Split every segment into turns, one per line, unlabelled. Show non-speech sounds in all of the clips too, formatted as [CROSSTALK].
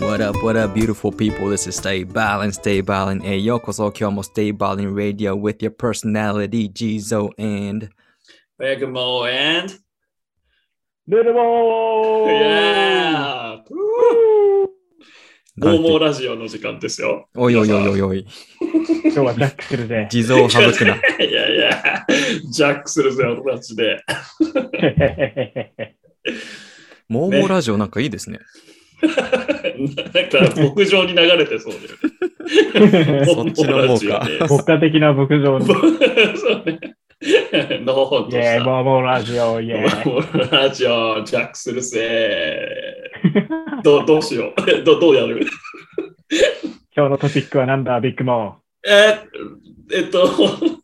What up, what up, beautiful people? This is Stay Ballin, Stay Ballin, へようこそ。今日も Stay Ballin Radio with your personality, Jizo and
Bergamo and
ルルモー
Yeah!
なん
拷
て
毛ラジオの時間ですよ。
おいおいおいおいおい。。
今日はダックするぜ
[LAUGHS] 地
[LAUGHS]
蔵を省くな。
いやいや、ジャックするぜ、俺たちで。
モーモーラジオなんかいいですね。
なんか牧場に流れてそうだよ
[LAUGHS]
ね。
そっちの方か
牧歌的な牧
[LAUGHS]
場に。
そうね。のほん
イ
と
ェー
し
イ、
た。
モーモーラジオ、イェーイ。
[LAUGHS] もうラジオ、ジャックするぜ。どどうしようどどうやる
今日のトピックはなんだ、ビッグモ
ええっと、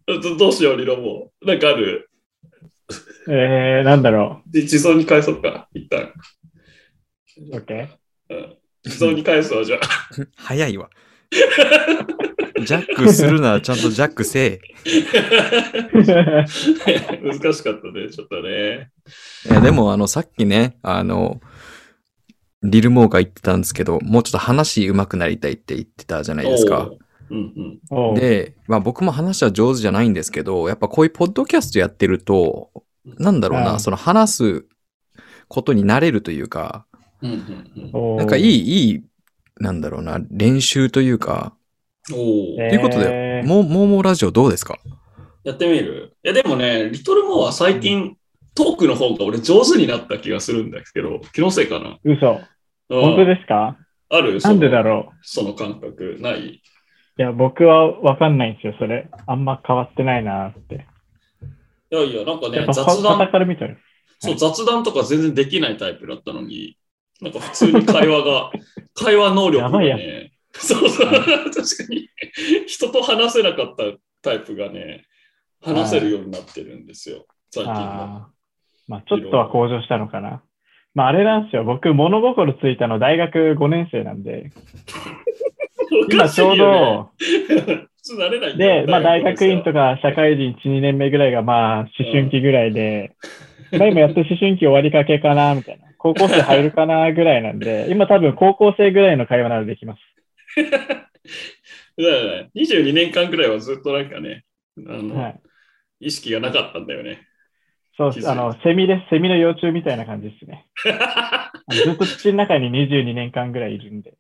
どどうしよう、リロも。なんかある
ー。えー、なんだろ
で、地蔵に返そうか、一旦。
う。オッケ
地蔵に返そう、じゃ
[LAUGHS]
あ。
早いわ。ジャックするならちゃんとジャックせえ。
ー。
難しかったね、ちょっとね。
いや、でも、あの、さっきね、あの、リルモーが言ってたんですけど、もうちょっと話上手くなりたいって言ってたじゃないですか
お。う。うんうん。
おう
で、まあ僕も話は上手じゃないんですけど、やっぱこういうポッドキャストやってると、なんだろうな、
うん
その話すことに慣れるというか、
うんうんうん、
おう
なんかいい、いい、なんだろうな、練習というか、
おー
え
ということで
え、ー
もう、もうもうラジオどうですか
やってみるいや、でもね、リトルモアは最近、トークの方が俺上手になった気がするんだけど、気のせいかな。
嘘。
うん
本当ですか
ある
なんでだ
ろう
ろう。
その感覚、ない
いや、僕はわかんないんですよ、それ。あんま変わってないなーって。
いやいや、なんか
やっ
ね
ぱ、
雑
肩
談、
から見ちゃう。
そう、雑談とか全然できないタイプだったのに、なんか普通に会話
[LAUGHS]
が、会話能力が
やば
ね、そうそう、確かに、人と話せなかったタイプがね、話せるようになってるんですよ、最近は。
ああ。まあ、ちょっとは向上したのかな。まあ、あれなんですよ。僕、物心ついたの大学5年生なんで、
お
今
かし
ち
い
ょう
よ
ど、
ね [LAUGHS] 普通慣れないんだよ
で、まあ、大学院と
か。
か社会人1、2年目ぐらいが、まあ、思春期ぐらいで、まあ、今やっと思春期終わりかけかな、みたいな。高校生入るかな、ぐらいなんで、今多分高校生ぐらいの会話ならできます。
だからね22年間ぐらいはずっとなんかね、あの
はい。
意識がなかったんだよね。
そう
気づい、た
あの、セミです。セミの幼虫みたいな感じです
[LAUGHS]
ね。あのずっと土の中に22年間ぐらいいるんで。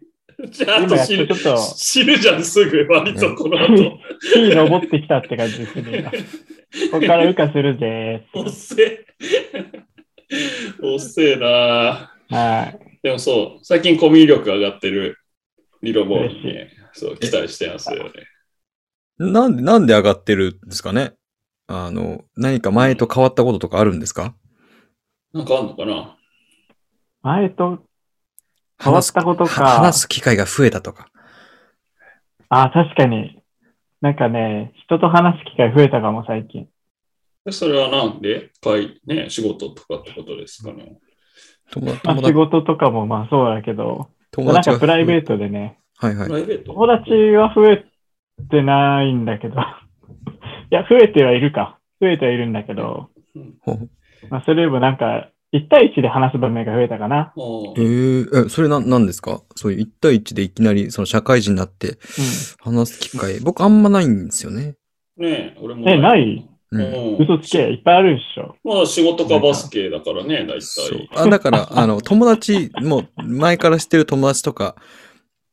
じゃあ、あ
今
と
やっ
死ぬ
とちょっと、
死ぬじゃん、すぐ、割とこの後。
木に登ってきたって感じですね。
[LAUGHS]
今ここから羽化するぜ
おっせえ。おっせえな
ー。はい。
でもそう、最近コミュ力上がってるリロボールに、
嬉
ね、そう期待してますよね。
なんで、なんで上がってるんですかねあの、何か前と変わったこととかあるんですか
なんかあんのかな
前と変わっ
話す、
たことか。
話す機会が増えたとか。
あ、確かに。なんかね、人と話す機会増えたかも、最近。
でそれはなんでかい、ね、仕事とかってことですかね。
友
まあ、
友
仕
達、
事とかもまあそうだけど、
友
なん
達
か
が
プライベ
ー
ートでね、
ト。はいは
プ
い。
ライベート
友達は増えてないんだけど、 [LAUGHS] いや、増えてはいるか。増えてはいるんだけど、
ほう
まあ、それよりもなんか、1対1で話す場面が増えたかな。
お
え
ー
え、それな、なんですかそういう一対一でいきなり、その社会人になって話す機会、僕あんまないんですよね。
ねえ、俺も。
えない
うん。
うん
うん。嘘つけ、いっぱいあるでしょ。
まあ仕事かバスケだからね、大
そう
体。。
あ、だから、あの、友達、もう、前から知ってる友達とか、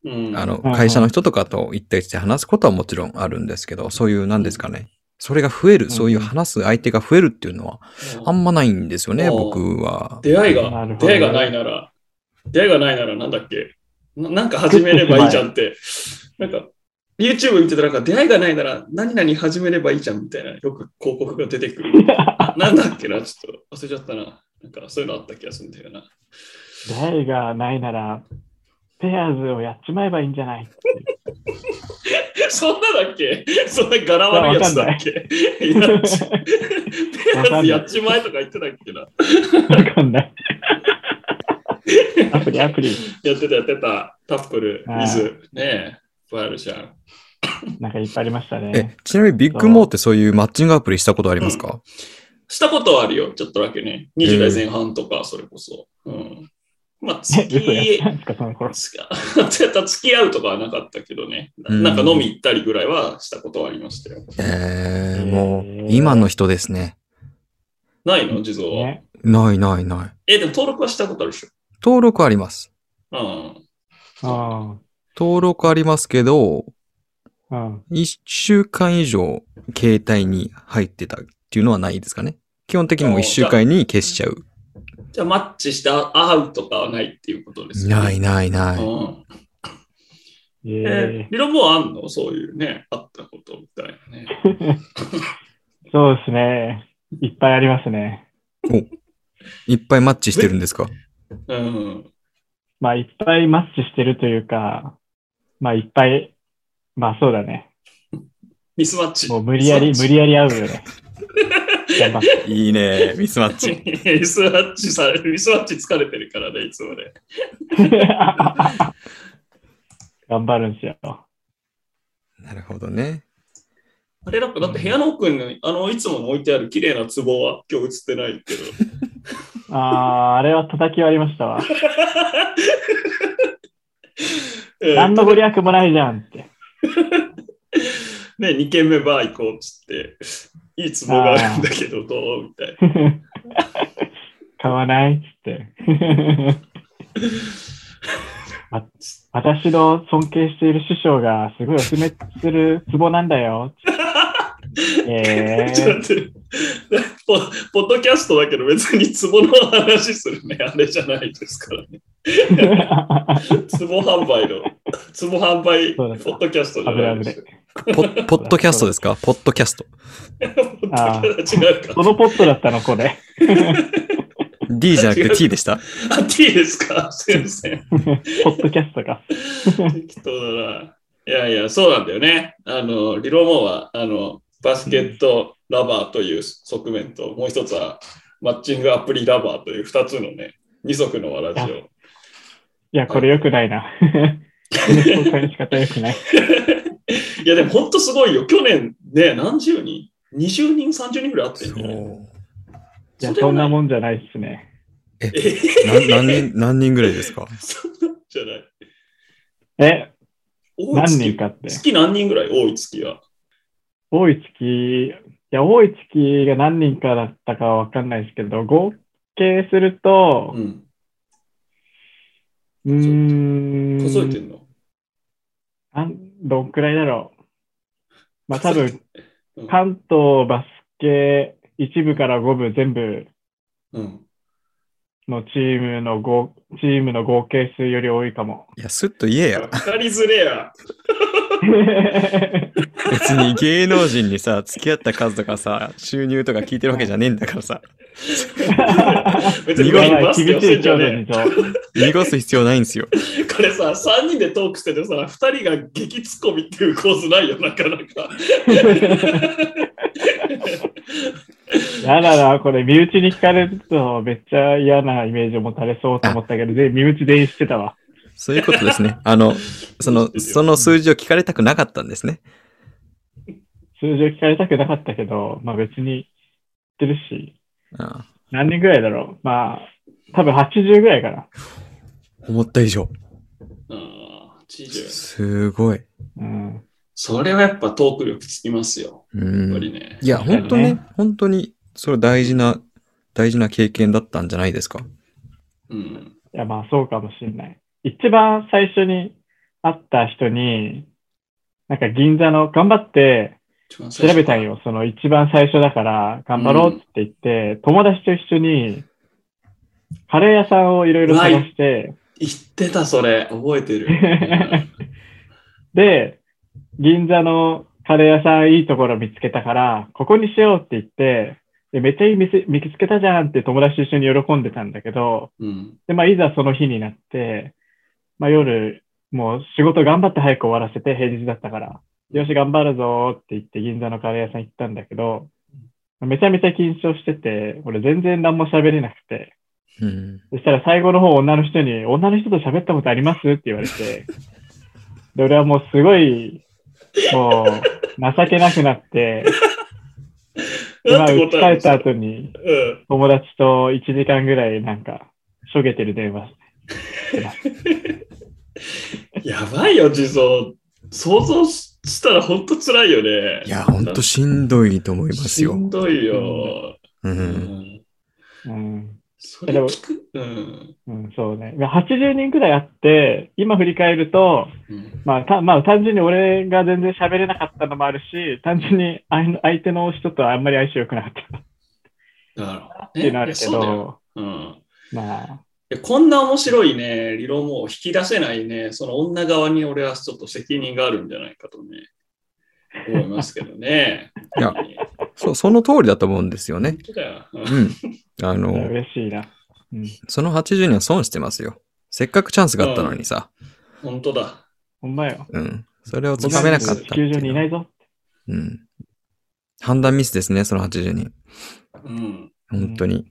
うん、
あの、
うん
会社の人とかと一対一で話すことはもちろんあるんですけど、そういう、なんですかね。それが増える、
ん
そういう話す相手が増えるっていうのは、あんまないんですよね、
あー
僕は。
出会い
なる
が、
ほど
出会いがないなら、出会いがないならなんだっけななんか始めればいいじゃんっ
[LAUGHS]
て。なんか、YouTube 見てたらなんか出会いがないなら何々始めればいいじゃんみたいな、よく広告が出てく
[LAUGHS]
る。なんだっけなちょっと忘れちゃったな。なんかそういうのあった気がするんだよな。 [LAUGHS]
出会いがないなら、ペアーズをやっちまえばいいんじゃない
そんなだっけそんな柄悪いやつだっけいやちペ
わかん
アー
ない
ズやっちまえとか言ってたっけな。
わかん [LAUGHS] ない。アプリ、アプリ。
やってたやってた。タップル、
あー
イズ。ねえ、ファイルじゃん。
なんかいっぱいありましたね
え。、ちなみにビッグモーってそういうマッチングアプリしたことありますか
したことはあるよ、ちょっとだけね。
え
20代前半とか、それこそ。うん。まあ、
え
付
嘘やっ
き
たんですか、その頃。
つ [LAUGHS] 付き合うとかはなかったけどね、ななんか飲み行ったりぐらいはしたことはありましたよ。
えー、
ー
もう、今の人ですね。
ないの地蔵は。
ね。
ないないない。
え、でも登録はしたことあるでしょ。
登録あります。
うん。
あ
登録ありますけど、
あ。うん。
一週間以上携帯に入ってたっていうのはないですかね。基本的にもう一週間に消しちゃう。
じゃあ、マッチして会うとかはないっていうことですよ
ないないない。
うん。えー、
ええ
リロボはあんのそういうね、会ったことみたいなね。
そうですね。いっぱいありますね。
いっぱいマッチしてるんですか
うん。
まあ、いっぱいマッチしてるというか、まあ、いっぱい、まあ、そうだね。
ミスマッチ。
もう無理やり、無理やり会うよ [LAUGHS] ね。頑張って。 [LAUGHS]
いいね。ミスマッ
ミスマ。ッチ。 [LAUGHS] ミスマッチされる。ミスマッチ疲れてるからね、いつもね。
頑張るんですよ。
[LAUGHS] なるほどね。
あれなんか、だって部屋の奥に、あの、いつもの置いてある綺麗な壺は今日映ってないけど。
[LAUGHS] ああ、あれは叩き割りま
[LAUGHS]
したわ。
え
何
ー
のご利益もないじゃんって。
ね、2軒目バー行こうっつって、いい壺があるんだけど、どうみたいな。
買わないっつ
[LAUGHS]
って。わ私の尊敬している師匠がすごいおすすめするツボなん
[LAUGHS]
だよ。え
ちょっと待ってポポッドキャストだけど別に壺の話するね、あれじゃないですからね。
ー、
壺販売の、壺販売、
そうです
ポッドキャストじゃないです [LAUGHS] よ。
ポッポッドキャストですかポッドキャスト。
ポッドキャス [LAUGHS] ト違うか。
このポットだったの、これ。
D じゃなくて T でした
あ、T ですかすいません。
ポッドキャストが。
適当だな。いやいや、そうなんだよね。あの、リロモーは、あの、バスケットラバーという側面と、もう一つは、マッチングアプリラバーという二つのね、二足のわらじを。
いや、これ良くな
[LAUGHS]
いな。この仕方良くない。
いや、でも本当すごいよ。去年ね、何十人 ?20 人、30人ぐらいあってんじゃない
いや、
それは
そん
な
ないもんじゃないっすね。
え
何何人、何人ぐらいですか
そんなんじゃない。
え、
多い
何
月
人かって。
月何人ぐらい多い月は。
多い月、いや、多い月が何人かだったかは分かんないですけど、合計すると
う、ん。
うーん、
数えてんの
なんどんくらいだろう。まあ多分、
うん
関東バスケ1部から5部全部
うん。
のチームの合、チームの合計数より多いか
[LAUGHS]
も。 [LAUGHS]
いや、すっと言え
わ
や。
かりづれえや。
別に芸能人にさ、付き合った数とかさ、収入とか聞いてるわけじゃねえんだからさ、
別に
意外
俺
に
にバ
厳し
スケをして
い
んじゃ
強
ね
度
え
に。そう。
濁す必要ないんですよ。
これさ、3人でトークしててさ、2人が激ツッコミっていう構図ないよ、なかなか。
やだな、これ、身内に聞かれるとめっちゃ嫌なイメージを持たれそうと思ったけど、全員身内全員してた [LAUGHS] わ。
そういうことです [LAUGHS] ね。あの、その、その数字を聞かれたくなかったんですね。
数字を聞かれたくなかったけど、まあ別に言ってるし、
あ
何人ぐらいだろう。まあ、多分80ぐらいかな。
あ思った以上。
ああ、知事
すごい。
うん。
それはやっぱトーク力つきますよ、
う
やっぱ
ん。
り
い
ね。
や、本当
そう
ね、本当に、それ大事な、大事な経験だったんじゃないですか。
うん。
いや、まあそうかもしれない。一番最初に会った人に、なんか銀座の、頑張って調べたん
よ。
よ。その一番最初だから、頑張ろうって言って、友達と一緒に、カレー屋さんをいろいろ探して、
言ってた、それ。覚えてる。
[LAUGHS]
で、銀座のカレー屋さんいいところ見つけたから、ここにしようって言って、でめっちゃいい店見つけたじゃんって友達と一緒に喜んでたんだけど、
うん。
で、まあ、いざその日になって、まあ、夜、もう仕事頑張って早く終わらせて、平日だったから、よし、頑張るぞーって言って銀座のカレー屋さん行ったんだけど、めちゃめちゃ緊張してて、俺全然何も喋れなくて、
うん。
そしたら最後の方女の人に、女の人と喋ったことありますって言われて、で、俺はもうすごい、もう、情けなく
[LAUGHS]
なって、でま
なん
あ、
て
打ち
答
返
え
った
た
後に、
うん。
友達と1時間ぐらいなんか、しょげてる電話
やばいよ、地蔵。想像ししたら本当辛いよね。
いや、ほんとしんどいと思います
し
よ
ん。どいよ。
う。
うんん。
うん。
それ聞く。うん。
うん、そうね。まあ80人くらいあって、今振り返ると、
うん
まあ、たまあ、単純に俺が全然喋れなかったのもあるし、単純に相相手の人とあんまり相性良くなかったっ
なるほど。って
いうのはあるけ
そうだよ
ど、
うん。
まあ、
いやこんな面白いね、理論も引き出せないね、その女側に俺はちょっと責任があるんじゃないかとね、思いますけどね。
いや
本
そその通りだと思うんですよね。
当だよ。うん
うん。あの、
嬉しいな。うん、
その80人は損してますよ。せっかくチャンスがあったのにさ。
本当だ。
ほんまよ。
うん。それをつかめなかったって
地球上
い
にいうないぞ。
うん。判断ミスですね、その80人。
うん。
本当に。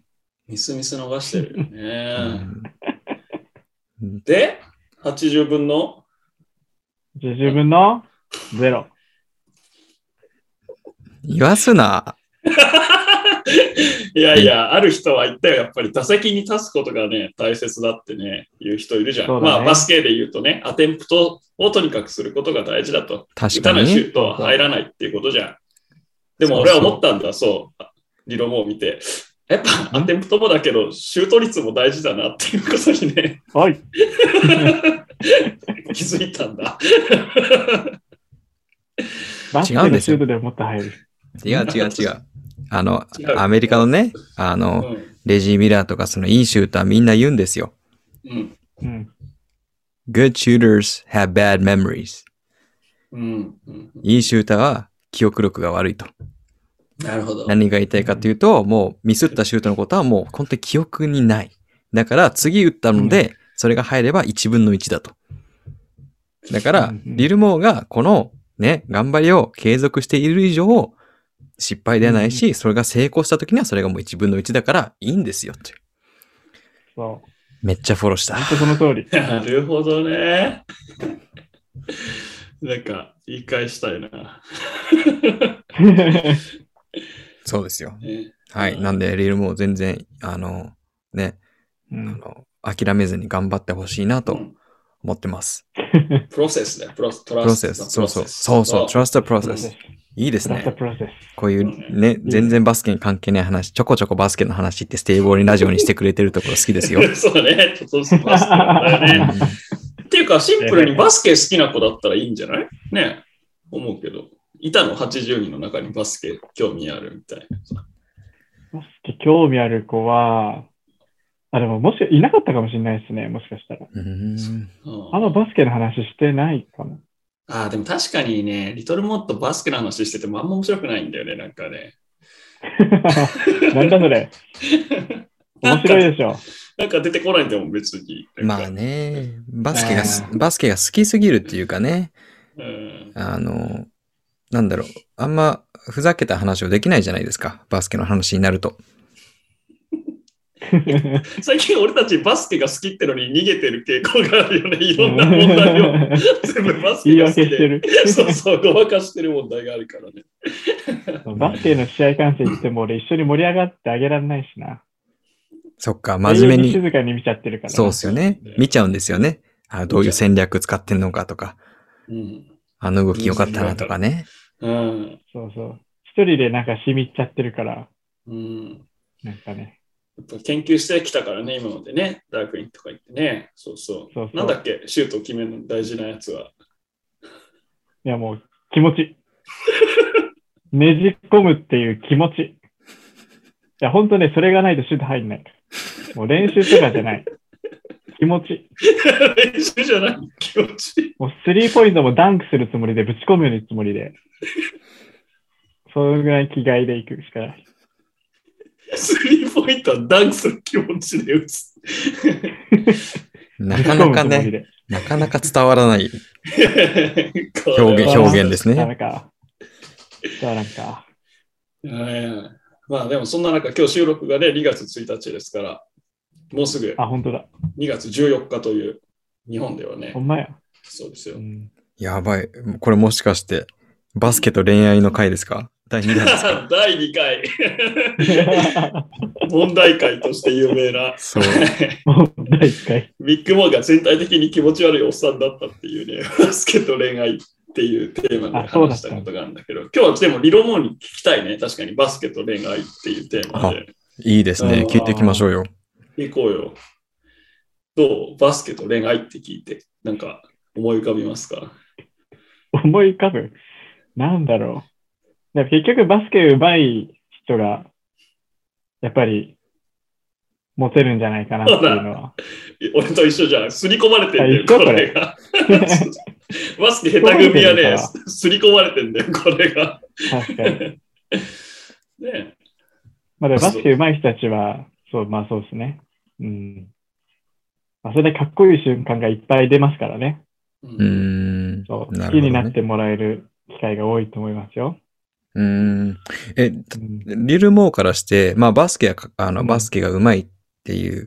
ミスミス逃してるよ
う
ね。
ん
で、80分の
10分の0。
言わすな。
いやいや、ある人は言ったよ、やっぱり打席に立つことがね、大切だってね、言う人いるじゃん。
そうだね
まあ、バスケで言うとね、アテンプトをとにかくすることが大事だと。
確
下
か
のシ
に。
ュートは入らないっていうことじゃん。でも俺は思ったんだ、そう。理論を見て。やっぱアテンプトもだけど、シュート率も大事だなっていうことにね、 [LAUGHS]
おい
気づいたんだ。
バスケ
違うん
の
です
シュ
よ
ートでもっと入る。
違う違う違う。あの
違う、
アメリカのね、あ
う
の、
ん。
レジー・ミラーとかそのいいシューターみんな言うんですよ。
うん。
うん。
Good shooters have bad memories.
うん。うん
いいシューターは記憶力が悪いと。
なるほど。
何が言いたいかというと、もうミスったシュートのことはもう本当に記憶にない。だから次打ったので、それが入れば1分の1だと。だから、
うんうん
リルモーがこのね、頑張りを継続している以上、失敗ではないし、それが成功した時にはそれがもう1分の1だからいいんですよって。
そう。
めっちゃフォローした
本。当その通り。 [LAUGHS]
なるほどね。なんか、言い返したいな。
そうですよ。
ね
はい。なんで、リルモー全然、あの、ね、
う
あ
ん
の、諦めずに頑張ってほしいな
う
と
ん
思ってます。
プロセスね。プロス、ト
プ
ラ
ロ
ス
セ
の
ス。
プ
そう
ロ
そう。
セス
そうそう。trust the
プロセ
process
ス。。
いいです
プロセ
ね
ス。プロセス。
こういうね、全然バスケに関係ない話、ちょこちょこバスケの話ってステイボーリンラジオにしてくれてるところ好き [LAUGHS] ですよ。
[LAUGHS] そうね。ちょっとずつプラスだよね。っていうか、シンプルにバスケ好きな子だったらいいんじゃないね思うけど。いたの ?80 人の中にバスケ興味あるみたいな。
バスケ興味ある子は、あ、でももしいなかったかもしれないですね。もしかしたら。
うんうん
うん
あんまバスケの話してないかも。 [LAUGHS]
あーでも確かにね、リトルモットバスケの話しててもあんま面白くないんだよね、なんかね。
なんだそれ。面白いでしょ。
なんか出てこないんだもん、別に。なん
ま
か
あね、バスケがす
あ、
バスケが好きすぎるっていうかね、
うん
あの、なんだろう、あんまふざけた話をできないじゃないですか、バスケの話になると。
最近俺たちバスケが好きってのに逃げてる傾向があるよね。いろんな問題を全部バス
[LAUGHS]
ケ
言い
が好
訳
き
して
で。
る。
[LAUGHS] そうそう、ごまかしてる問題があるからね。
バスケの試合観戦行っても俺一緒に盛り上がってあげられないしな。
そっか、真面目に。
静かに見ちゃってるから。
そうっすよね。見ちゃうんですよね。あどういう戦略使ってんのかとか、
うん。
あの動き良かったなとかね。
うん。
そうそう。一人でなんかしみっちゃってるから、
うん
なんかね。
やっぱ研究してきたからね、今までね、ダークインとか言ってね、そうそう。
そうそう
なんだっけ、シュートを決めるの大事なやつは。
いやもう気持
[LAUGHS]
ち。ねじ込むっていう気持ち。いや、ほんとね、それがないとシュート入んない。もう練習とかじゃない。気持ち。
練習じゃない、気持ちいい。
もうスリーポイントもダンクするつもりで、ぶち込むようにつもりで。そのぐらい気概でいくしかない。
スリーポイントはダンクする気持ちで打つ。
なかなか
ぶち込むつもり
ね、
で。
なかなか伝わらない。
表
表現表現ですね
ダメか。じゃあなんか、
まあでもそんな中、今日収録がね、2月1日ですから、もうすぐ
あ、本当だ。
2月14日という日本ではね
ほ、んまや。
そうですよ [LAUGHS]
う。ん
やばい。これもしかして、バスケと恋愛の回ですか第2弾です
[LAUGHS]
か
第2回、問題回として有名な、
そう。
もう第1回。
ビッグモーが全体的に気持ち悪いおっさんだったっていうね、 [LAUGHS] バスケと恋愛っていうテーマで
あそう
話
だっ
したたことがあるんだけど、今日はでもリロモーに聞きたいね、確かにバスケと恋愛っていうテーマで。
いいですね。聞いていきましょうよ。
行こうよ。どうバスケと恋愛って聞いて、なんか思い浮かびますか
思い浮かぶ。なんだろう。でも結局バスケ上手い人が、やっぱり、モテるんじゃないかなっていうのは。
い俺と一緒じゃん。すり込まれてんだ
あ
よ、
一緒
これが。 [LAUGHS] バスケ下手組はね、すり込まれてんだよ、これ
[LAUGHS]
が。
[LAUGHS] 確かに。
ね
まあ、でもバスケ上手い人たちは、そう、まあそうですね。うん。まあ、それでかっこいい瞬間がいっぱい出ますからね。
う
うー
ん
ん。う
そう、
なるほどね
好きになってもらえる機会が多いと思いますよ。
ーん。え、
うん、
リル・モーからして、まあバスケがか、あ
う
の、
ん
バスケが上手いっていう、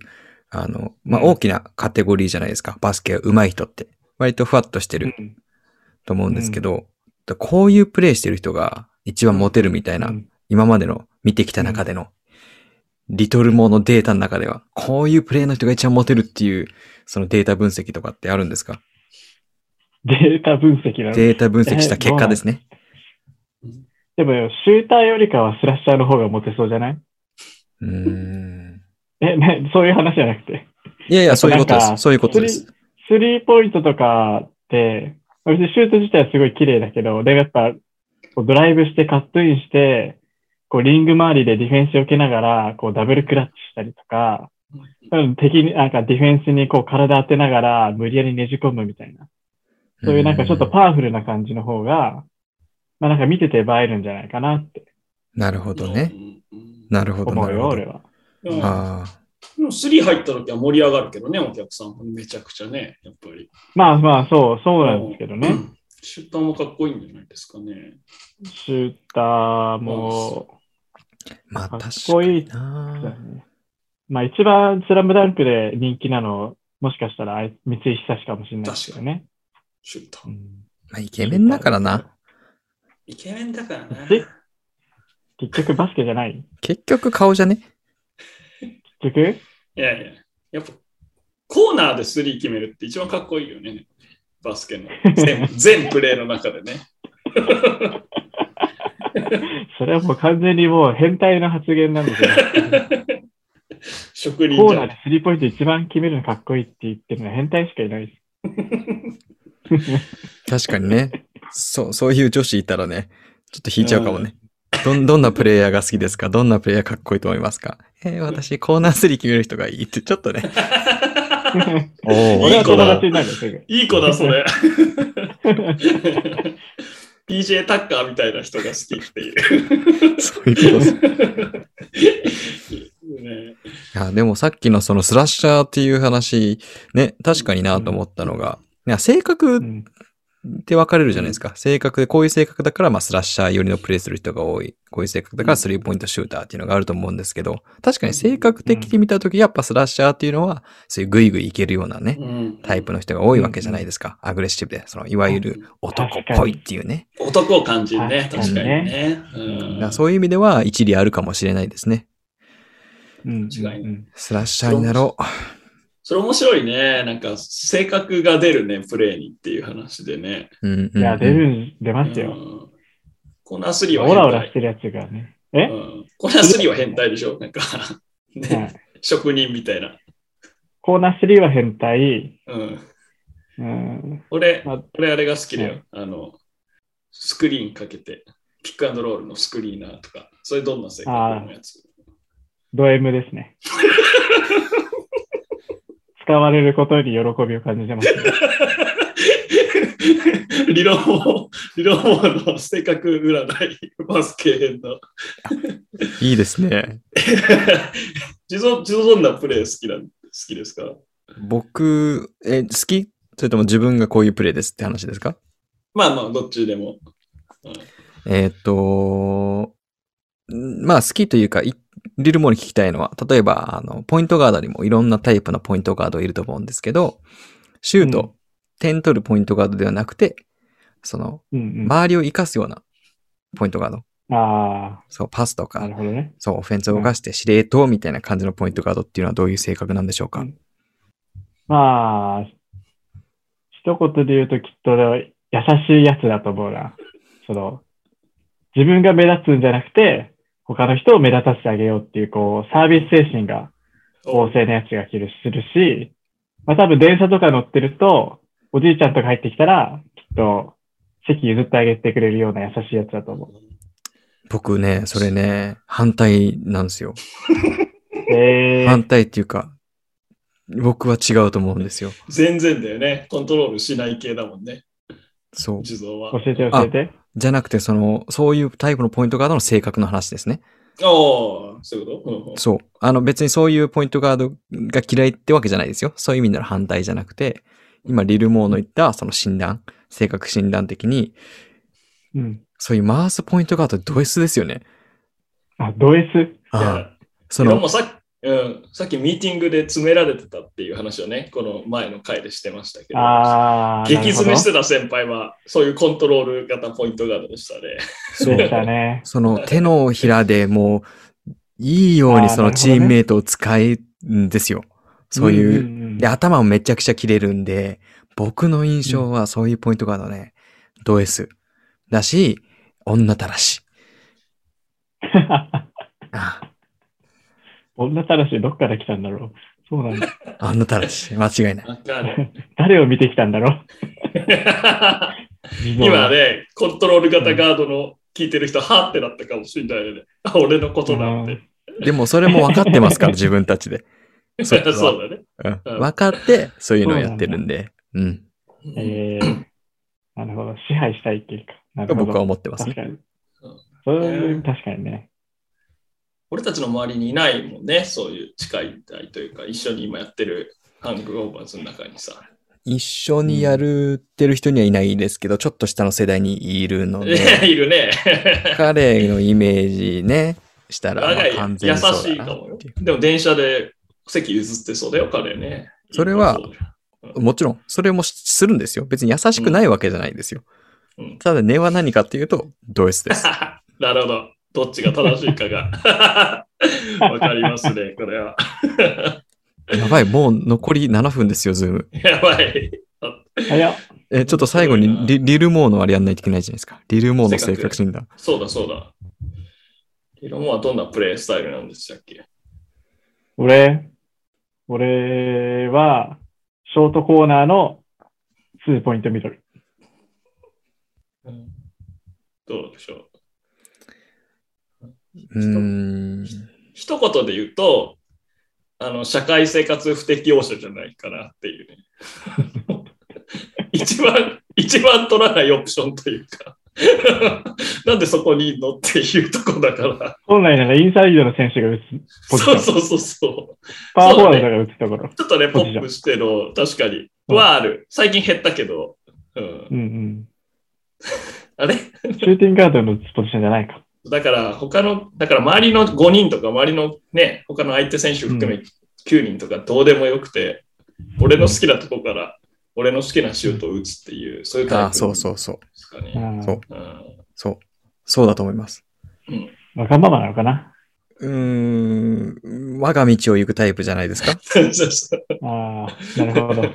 あの、まあ
うん
大きなカテゴリーじゃないですか。バスケが上手い人って。割とふわっとして
う
る
ん
と思うんですけど、こういうプレイしてる人が一番モテるみたいな、
うん
今までの見てきた中での、リトルモーのデータの中では、こういうプレイの人が一番モテるっていう、そのデータ分析とかってあるんですか
データ分析なの。
データ分析した結果ですね。
でも、シューターよりかはスラッシャーの方がモテそうじゃない
ー
う
ん。
え、ね、そういう話じゃなくて。
いやいや、そういうことで
なん
す。
か
そういうことです。
スリーポイントとかって、別にシュート自体はすごい綺麗だけど、でもやっぱ、こうドライブしてカットインして、こうリング周りでディフェンスを受けながら、こうダブルクラッチしたりとか、うん敵に、なんかディフェンスにこう体当てながら無理やりねじ込むみたいな。そういうなんかちょっと
うん
パワフルな感じの方が、まあなんか見てて映えるんじゃないかなって
なるほどね。。
うん
なるほど、
思
な
う
る
よ、
ほ
俺
ど。
は。
でも
ああ。
でもスリー入った時は盛り上がるけどね、お客さんもめちゃくちゃね、やっぱり。
まあまあ、そう、そうなんですけど
う
ね。
ん。シューターもかっこいいんじゃないですかね。
シューターも、
まあ、
かっ
確か
こいい
にな。
まあ一番スラムダンクで人気なの、もしかしたらあい三井久志かもしれないですよね。
シュータ
う
ー。
ん
まあ、イケメンだからな。。
イケメンだからな。
え結局バスケじゃない
結局顔じゃね
結局
いやいや、やっぱコーナーでスリー決めるって一番かっこいいよね。バスケの
[LAUGHS]
全全プレーの中でね。
それはもう完全にもう変態の発言なんですよ。
職人
コー
じ
ナ
ゃ
ー
ん
でスリーポイント一番決めるのかっこいいって言ってるのは変態しかいないです。
確かにね。そう、そういう女子いたらね、ちょっと引いちゃうかもね。どん、どんなプレイヤーが好きですかどんなプレイヤーかっこいいと思いますかえー私、コーナー3決める人がいいって、ちょっ
[LAUGHS]
とね。お
い
俺
い
は
子だ
友達になるよ、すぐ。
いい子だ、そ
[LAUGHS]
れ。PJ タッカーみたいな人が好きっていう。
そういうことです。い
[LAUGHS] ね
や、でもさっきのそのスラッシャーっていう話、ね、確かになと思ったのが、いや性格
うん
って分かれるじゃないですか。性格で、こういう性格だから、まあ、スラッシャー寄りのプレイする人が多い。こういう性格だから、スリーポイントシューターっていうのがあると思うんですけど、確かに性格的に見たとき、やっぱスラッシャーっていうのは、そういうグイグイいけるようなね、
うん
タイプの人が多いわけじゃないですか。アグレッシブで、その、いわゆる男っぽいっていうね。
男を感じるね、確
確
か
か
に
に
ね
ね。
うん
だからそういう意味では、一理あるかもしれないですね。
うん
違いない
うん
スラッシャーになろう。
それ面白いね。なんか性格が出るね、プレーにっていう話でね。
うんうん、
いや、出る、出ますよ。
うんコーナー3は
オ
変
ラオラ
態
し。てるやつがね。え
うんコーナー3は変態でしょなんか、
は
ね、
い
職人みたいな。
コーナー3は変態。
うん、
うん。
俺
まあ、
俺あれが好きだよ
は。
あの、スクリーンかけて、ピックアンドロールのスクリーナーとか、それどんな性格のや
[LAUGHS]
つ
ド M ですね。 [LAUGHS] 使われることに喜びを感じてます、ね。
理論も、理論もの性格占い、バスケ編の。
いいですね。
[LAUGHS] 地蔵、地蔵どんなプレー好きな好きですか
僕、え、好きそれとも自分がこういうプレイですって話ですか
まあまあ、どっちでも。
えーっと、んまあ好きというか、いリルモーに聞きたいのは、例えば、あの、ポイントガードにもいろんなタイプのポイントガードいると思うんですけど、シュート、
うん
点取るポイントガードではなくて、その、
うんうん。
周りを生かすようなポイントガード。
あ
そう、パスと
あ、な
か
る、ほどね。
そう、オフェンスを動かして司令塔みたいな感じのポイントガードっていうのはどういう性格なんでしょうか、
うんまあ、一言で言うときっと優しいやつだと思うな。その、自分が目立つんじゃなくて、他の人を目立たせてあげようっていう、こう、サービス精神が旺盛なやつが着るするし、まあ多分電車とか乗ってると、おじいちゃんとか入ってきたら、きっと席譲ってあげてくれるような優しいやつだと思
僕ね、それね、反対なんですよ。
う。え
反
ー、
対っていうか、僕は違うと思うんですよ。
全然だよね。コントロールしない系だもんね、
そう。
地蔵は
教。えて教えて。
じゃなくて、その、そういうタイプのポイントガードの性格の話ですね。
ああ、そういうこと、うんうん
そう。あの別にそういうポイントガードが嫌いってわけじゃないですよ。そういう意味なら反対じゃなくて、今、リルモーの言ったその診断、性格診断的に、
うん。
そういう回すポイントガードド S ですよね。
あ、ド S?
いや
ああそ
で
の
も、さっき、うん、さっきミーティングで詰められてたっていう話をね、この前の回でしてましたけど、
あー、
激詰めしててた先輩は、そういうコントロール型ポイントガードでしたね。
そう
でしたね。
その手のひらでもう、いいようにそのチームメイトを使うんですよ。そういう。
んんん
で、頭もめちゃくちゃ切れるんで、僕の印象はそういうポイントガードね、ド S だし、女たらし。あ
[LAUGHS] 女たらしどっから来たんだろう。そうなんだ。
あ女たらし。間違いない。
わかる [LAUGHS]
誰を見てきたんだろう。
今ね、コントロール型ガードの聞いてる人、はーってなったかもしれないよね。 [LAUGHS] あ、俺のことなんて。
でもそれも分かってますから、自分たちで。
そ
そうう
だね。
うん
うん
分かって、そういうのをやってるんで、うん。
えー、なるほど。支配したいっていうか。なるほど。
僕は思ってます
確か
ね。
に。そう
うん
確かにね。
俺たちの周りにいないもんね、そういう近い代というか、一緒に今やってるハングオーバーズの中にさ。
一緒にやるってる人にはいないですけど、ちょっと下の世代にいるので、
[LAUGHS] い
[LAUGHS]
るね。
彼のイメージね、したら、まあ
長い
完全
優
に
し
そう
い
だ
か
な
も
っ
よ
ていう。
でも電車で席譲ってそうだよ、彼ね。
それは
そうだよ
もちろん、それもしするんですよ。別に優しくないわけじゃないんですよ。
うん
ただ、根は何かっていうと、ド S
[LAUGHS]
です。
なるほど。どっちが正しいかが。 [LAUGHS] わかりますね、これは。 [LAUGHS]
やばい、もう残り7分ですよ、ズーム。
やばい。
早っ。
えー、ちょっと最後
すごいな
にリリルモーのあれやんないといけないじゃないですか。リルモーの性格診断。
そうだ、そうだ。ヒロモはどんなプレイスタイルなんでしたっけ
俺、俺は、ショートコーナーのツーポイントミドル。
どうでしょう。
うーん。
一言で言うと、あの、社会生活不適応者じゃないかなっていう [LAUGHS] ね。一番、一番取らないオプションというか。なんでそこにいんのっていうとこだから。
本来ならインサイドの選手が打つポジシ
そ
ョ
う
ン。
そうそうそう。
パワーフォワードが打つところ。
ちょっとね、ポ
ポジシ
ッ
ョン
プしての、確かに。
うん
はある。最近減ったけど。う、
うんん
あれ
うん。シューティングガードの打つポジションじゃないか。
だから、他の、だから周りの5人とか、周りのね、他の相手選手含め9人とか、どうでもよくて、俺の好きなとこから、俺の好きなシュートを打つっていう、そういう
あ
タイ
ー、
プ
そう
う。
そうそう。
ですか
う
ね。
ん
そ
うん [LAUGHS]
そう。そうだと思います。
わがままなのかな。
うーん。我が道を行くタイプじゃないです
[LAUGHS]
か
そうそう
ああ、なる
[LAUGHS]
ほど。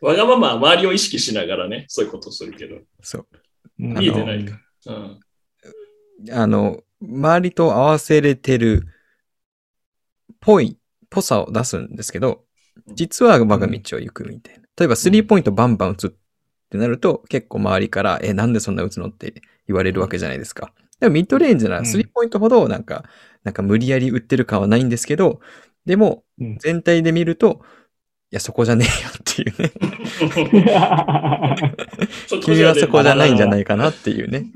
わがままは周りを意識しながらね、そういうことするけど。
そう。
うん
見えて
ないかうん、
あの、周りと合わせれてる、ぽい、ぽさを出すんですけど、実は我が道を行くみたいな。例えば、スリーポイントバンバン打つってなると、結構周りから、え、なんでそんな打つのって言われるわけじゃないですか。でも、ミッドレンジな
う
ら
ん
スリーポイントほど、なんか、なんか無理やり打ってる感はないんですけど、でも
うん、
全体で見ると、いや、そこじゃねえよっていう
[LAUGHS]
ね。
そこ
君
じゃ
は
ね
そこじゃないんじゃないかなっていうね。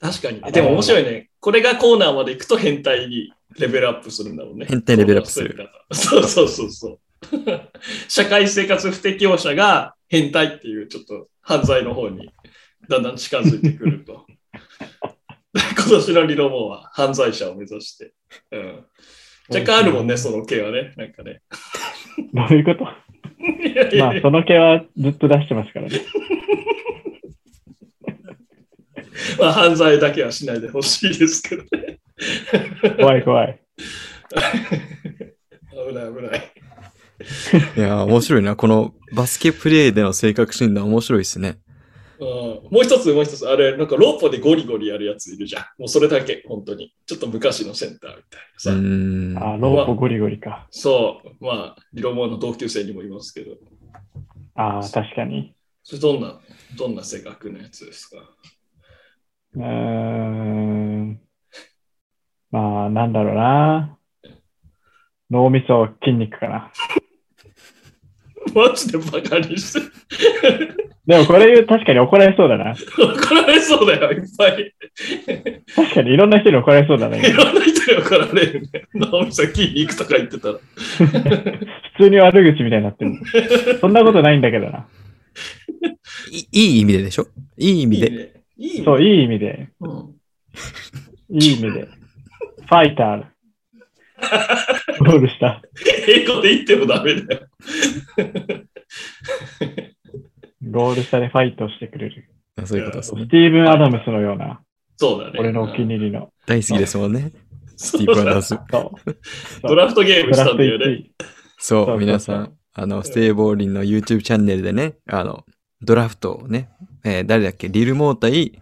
確かに。でも面白いね。これがコーナーまで行くと変態にレベルアップするんだもんね。
変態レベルアップする。
そうそうそうそう。社会生活不適応者が変態っていうちょっと犯罪の方にだんだん近づいてくると。 [LAUGHS] 今年の理論もは犯罪者を目指して。うん、若干あるもんね、その系はね。なんかね。
[LAUGHS] どういうこと
[LAUGHS] いやい
まあ
やい、や
その毛はずっと出してますからね。
[LAUGHS] まあ、犯罪だけはしないでほしいですけどね。
怖い怖い。
危ない危ない。
いやー、面白いな。このバスケプレイでの性格診断面白いですね。
うんもう一つ、もう一つ、あれ、なんかローポでゴリゴリやるやついるじゃん。もうそれだけ、本当に。ちょっと昔のセンターみたいな
う
さ。
ーん。
あ、ロープゴリゴリか。
そう、まあ、リロモアの同級生にもいますけど、
あー確かに。
それどんな、どんな性格のやつですか [LAUGHS]
うーん。まあ、なんだろうな。脳みそ、筋肉かな。
マジでバカにして。
でもこれ言う確かに怒られそうだな。
怒られそうだよ、いっぱい。
確かにいろんな人に怒られそうだな。
い
今
ろんな人に怒られるね。直美さん、筋肉とか言ってたら。
普通に悪口みたいになってる。そんなことないんだけどな。
いいい意味ででしょいい意味
いい
で。
ね。いいね。
そう、いい意味で。
うん
いい意味で。ファイター。ゴールした。
英語で言ってもダメだよ。
ゴール下でファイトをしてくれる。
そういうことですね
ス。ティーブン・アダムスのような、
そうだね。
俺のお気に入りの。
大好きですもんね。ステ
ス
ィーブ・ア
[LAUGHS]
ダムス。
そう。
ドラフトゲー
ド
ムし
ラ
たん
フト
だよね。
1位。
そ、
そうう
皆さ、
そうん
あの、ステイボーリンの YouTube チャンネルでね、あの、ドラフトをね、えー誰だっけ、リルモー対、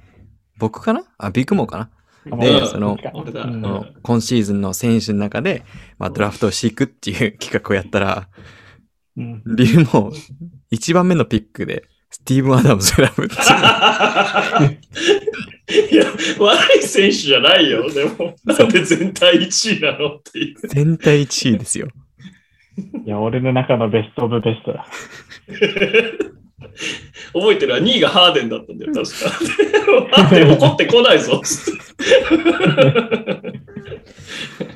僕かなあ、ビッグモーかな
あ
で
もう
その
こっちか
俺だ。
う
うん
あの
ん
今シーズンの選手の中で、まあ、ドラフトをしていくっていう企画をやったら、
うん。
リルモー、1番目のピックで、スティーブン・アダムスを選ぶっていう
[LAUGHS] いや、悪い選手じゃないよ。でも、なんで全体1位なのっていう。
全体1位ですよ。
いや、俺の中のベストオブベストだ。
覚えてるわ、2位がハーデンだったんだよ、確か。ハーデン怒ってこないぞ、つって。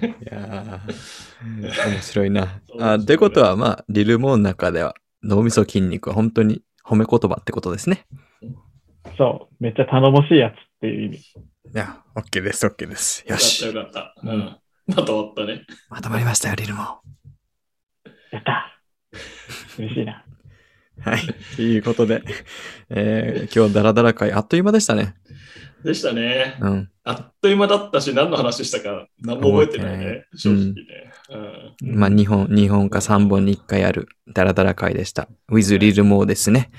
いや
[LAUGHS]
ー面白いな。あということは、まあ、リルモーの中では、脳みそ筋肉は本当に褒め言葉ってことですね。
そう。めっちゃ頼もしいやつっていう意味。
いや、OK です、OK です。よ
よかった、
し。
よかった。うん。また終わったね。
まとまりましたよ、リルモー。
やった嬉しいな。
はい。ということで、えー、今日ダラダラ会あっという間でしたね。
でしたね。
うん。
あっという間だったし、何の話したか、何も覚えてないね、
覚え
正直ね
て。
うん
まあ、2本、2本か3本に1回あるダラダラ会でした。with リルモーですね。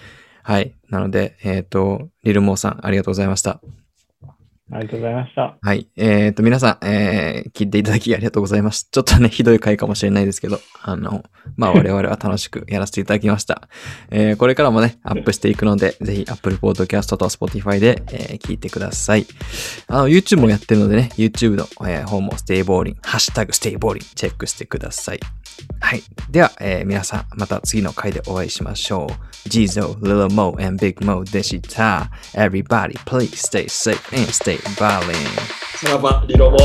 はい。なので、えっ、と、リルモーさん、ありがとうございました。
ありがとうございました。
はい。えっ、と、皆さん、えー、聞いていただきありがとうございます。ちょっとね、 [LAUGHS] ひどい回かもしれないですけど、あの、まあ、我々は楽しくやらせていただきました。えー、これからもね、アップしていくので、ぜひ、Apple Podcast と Spotify で、えー聞いてください。あの、YouTube もやってるのでね、YouTube の、えー方もステイボーリン、ハッシュタグステイボーリン、チェックしてください。はい。では、えー皆さん、また次の回でお会いしましょう。Jizo, Little Mo, and Big Mo でした。Everybody, please stay safe and stay violent.
さらば、リロも。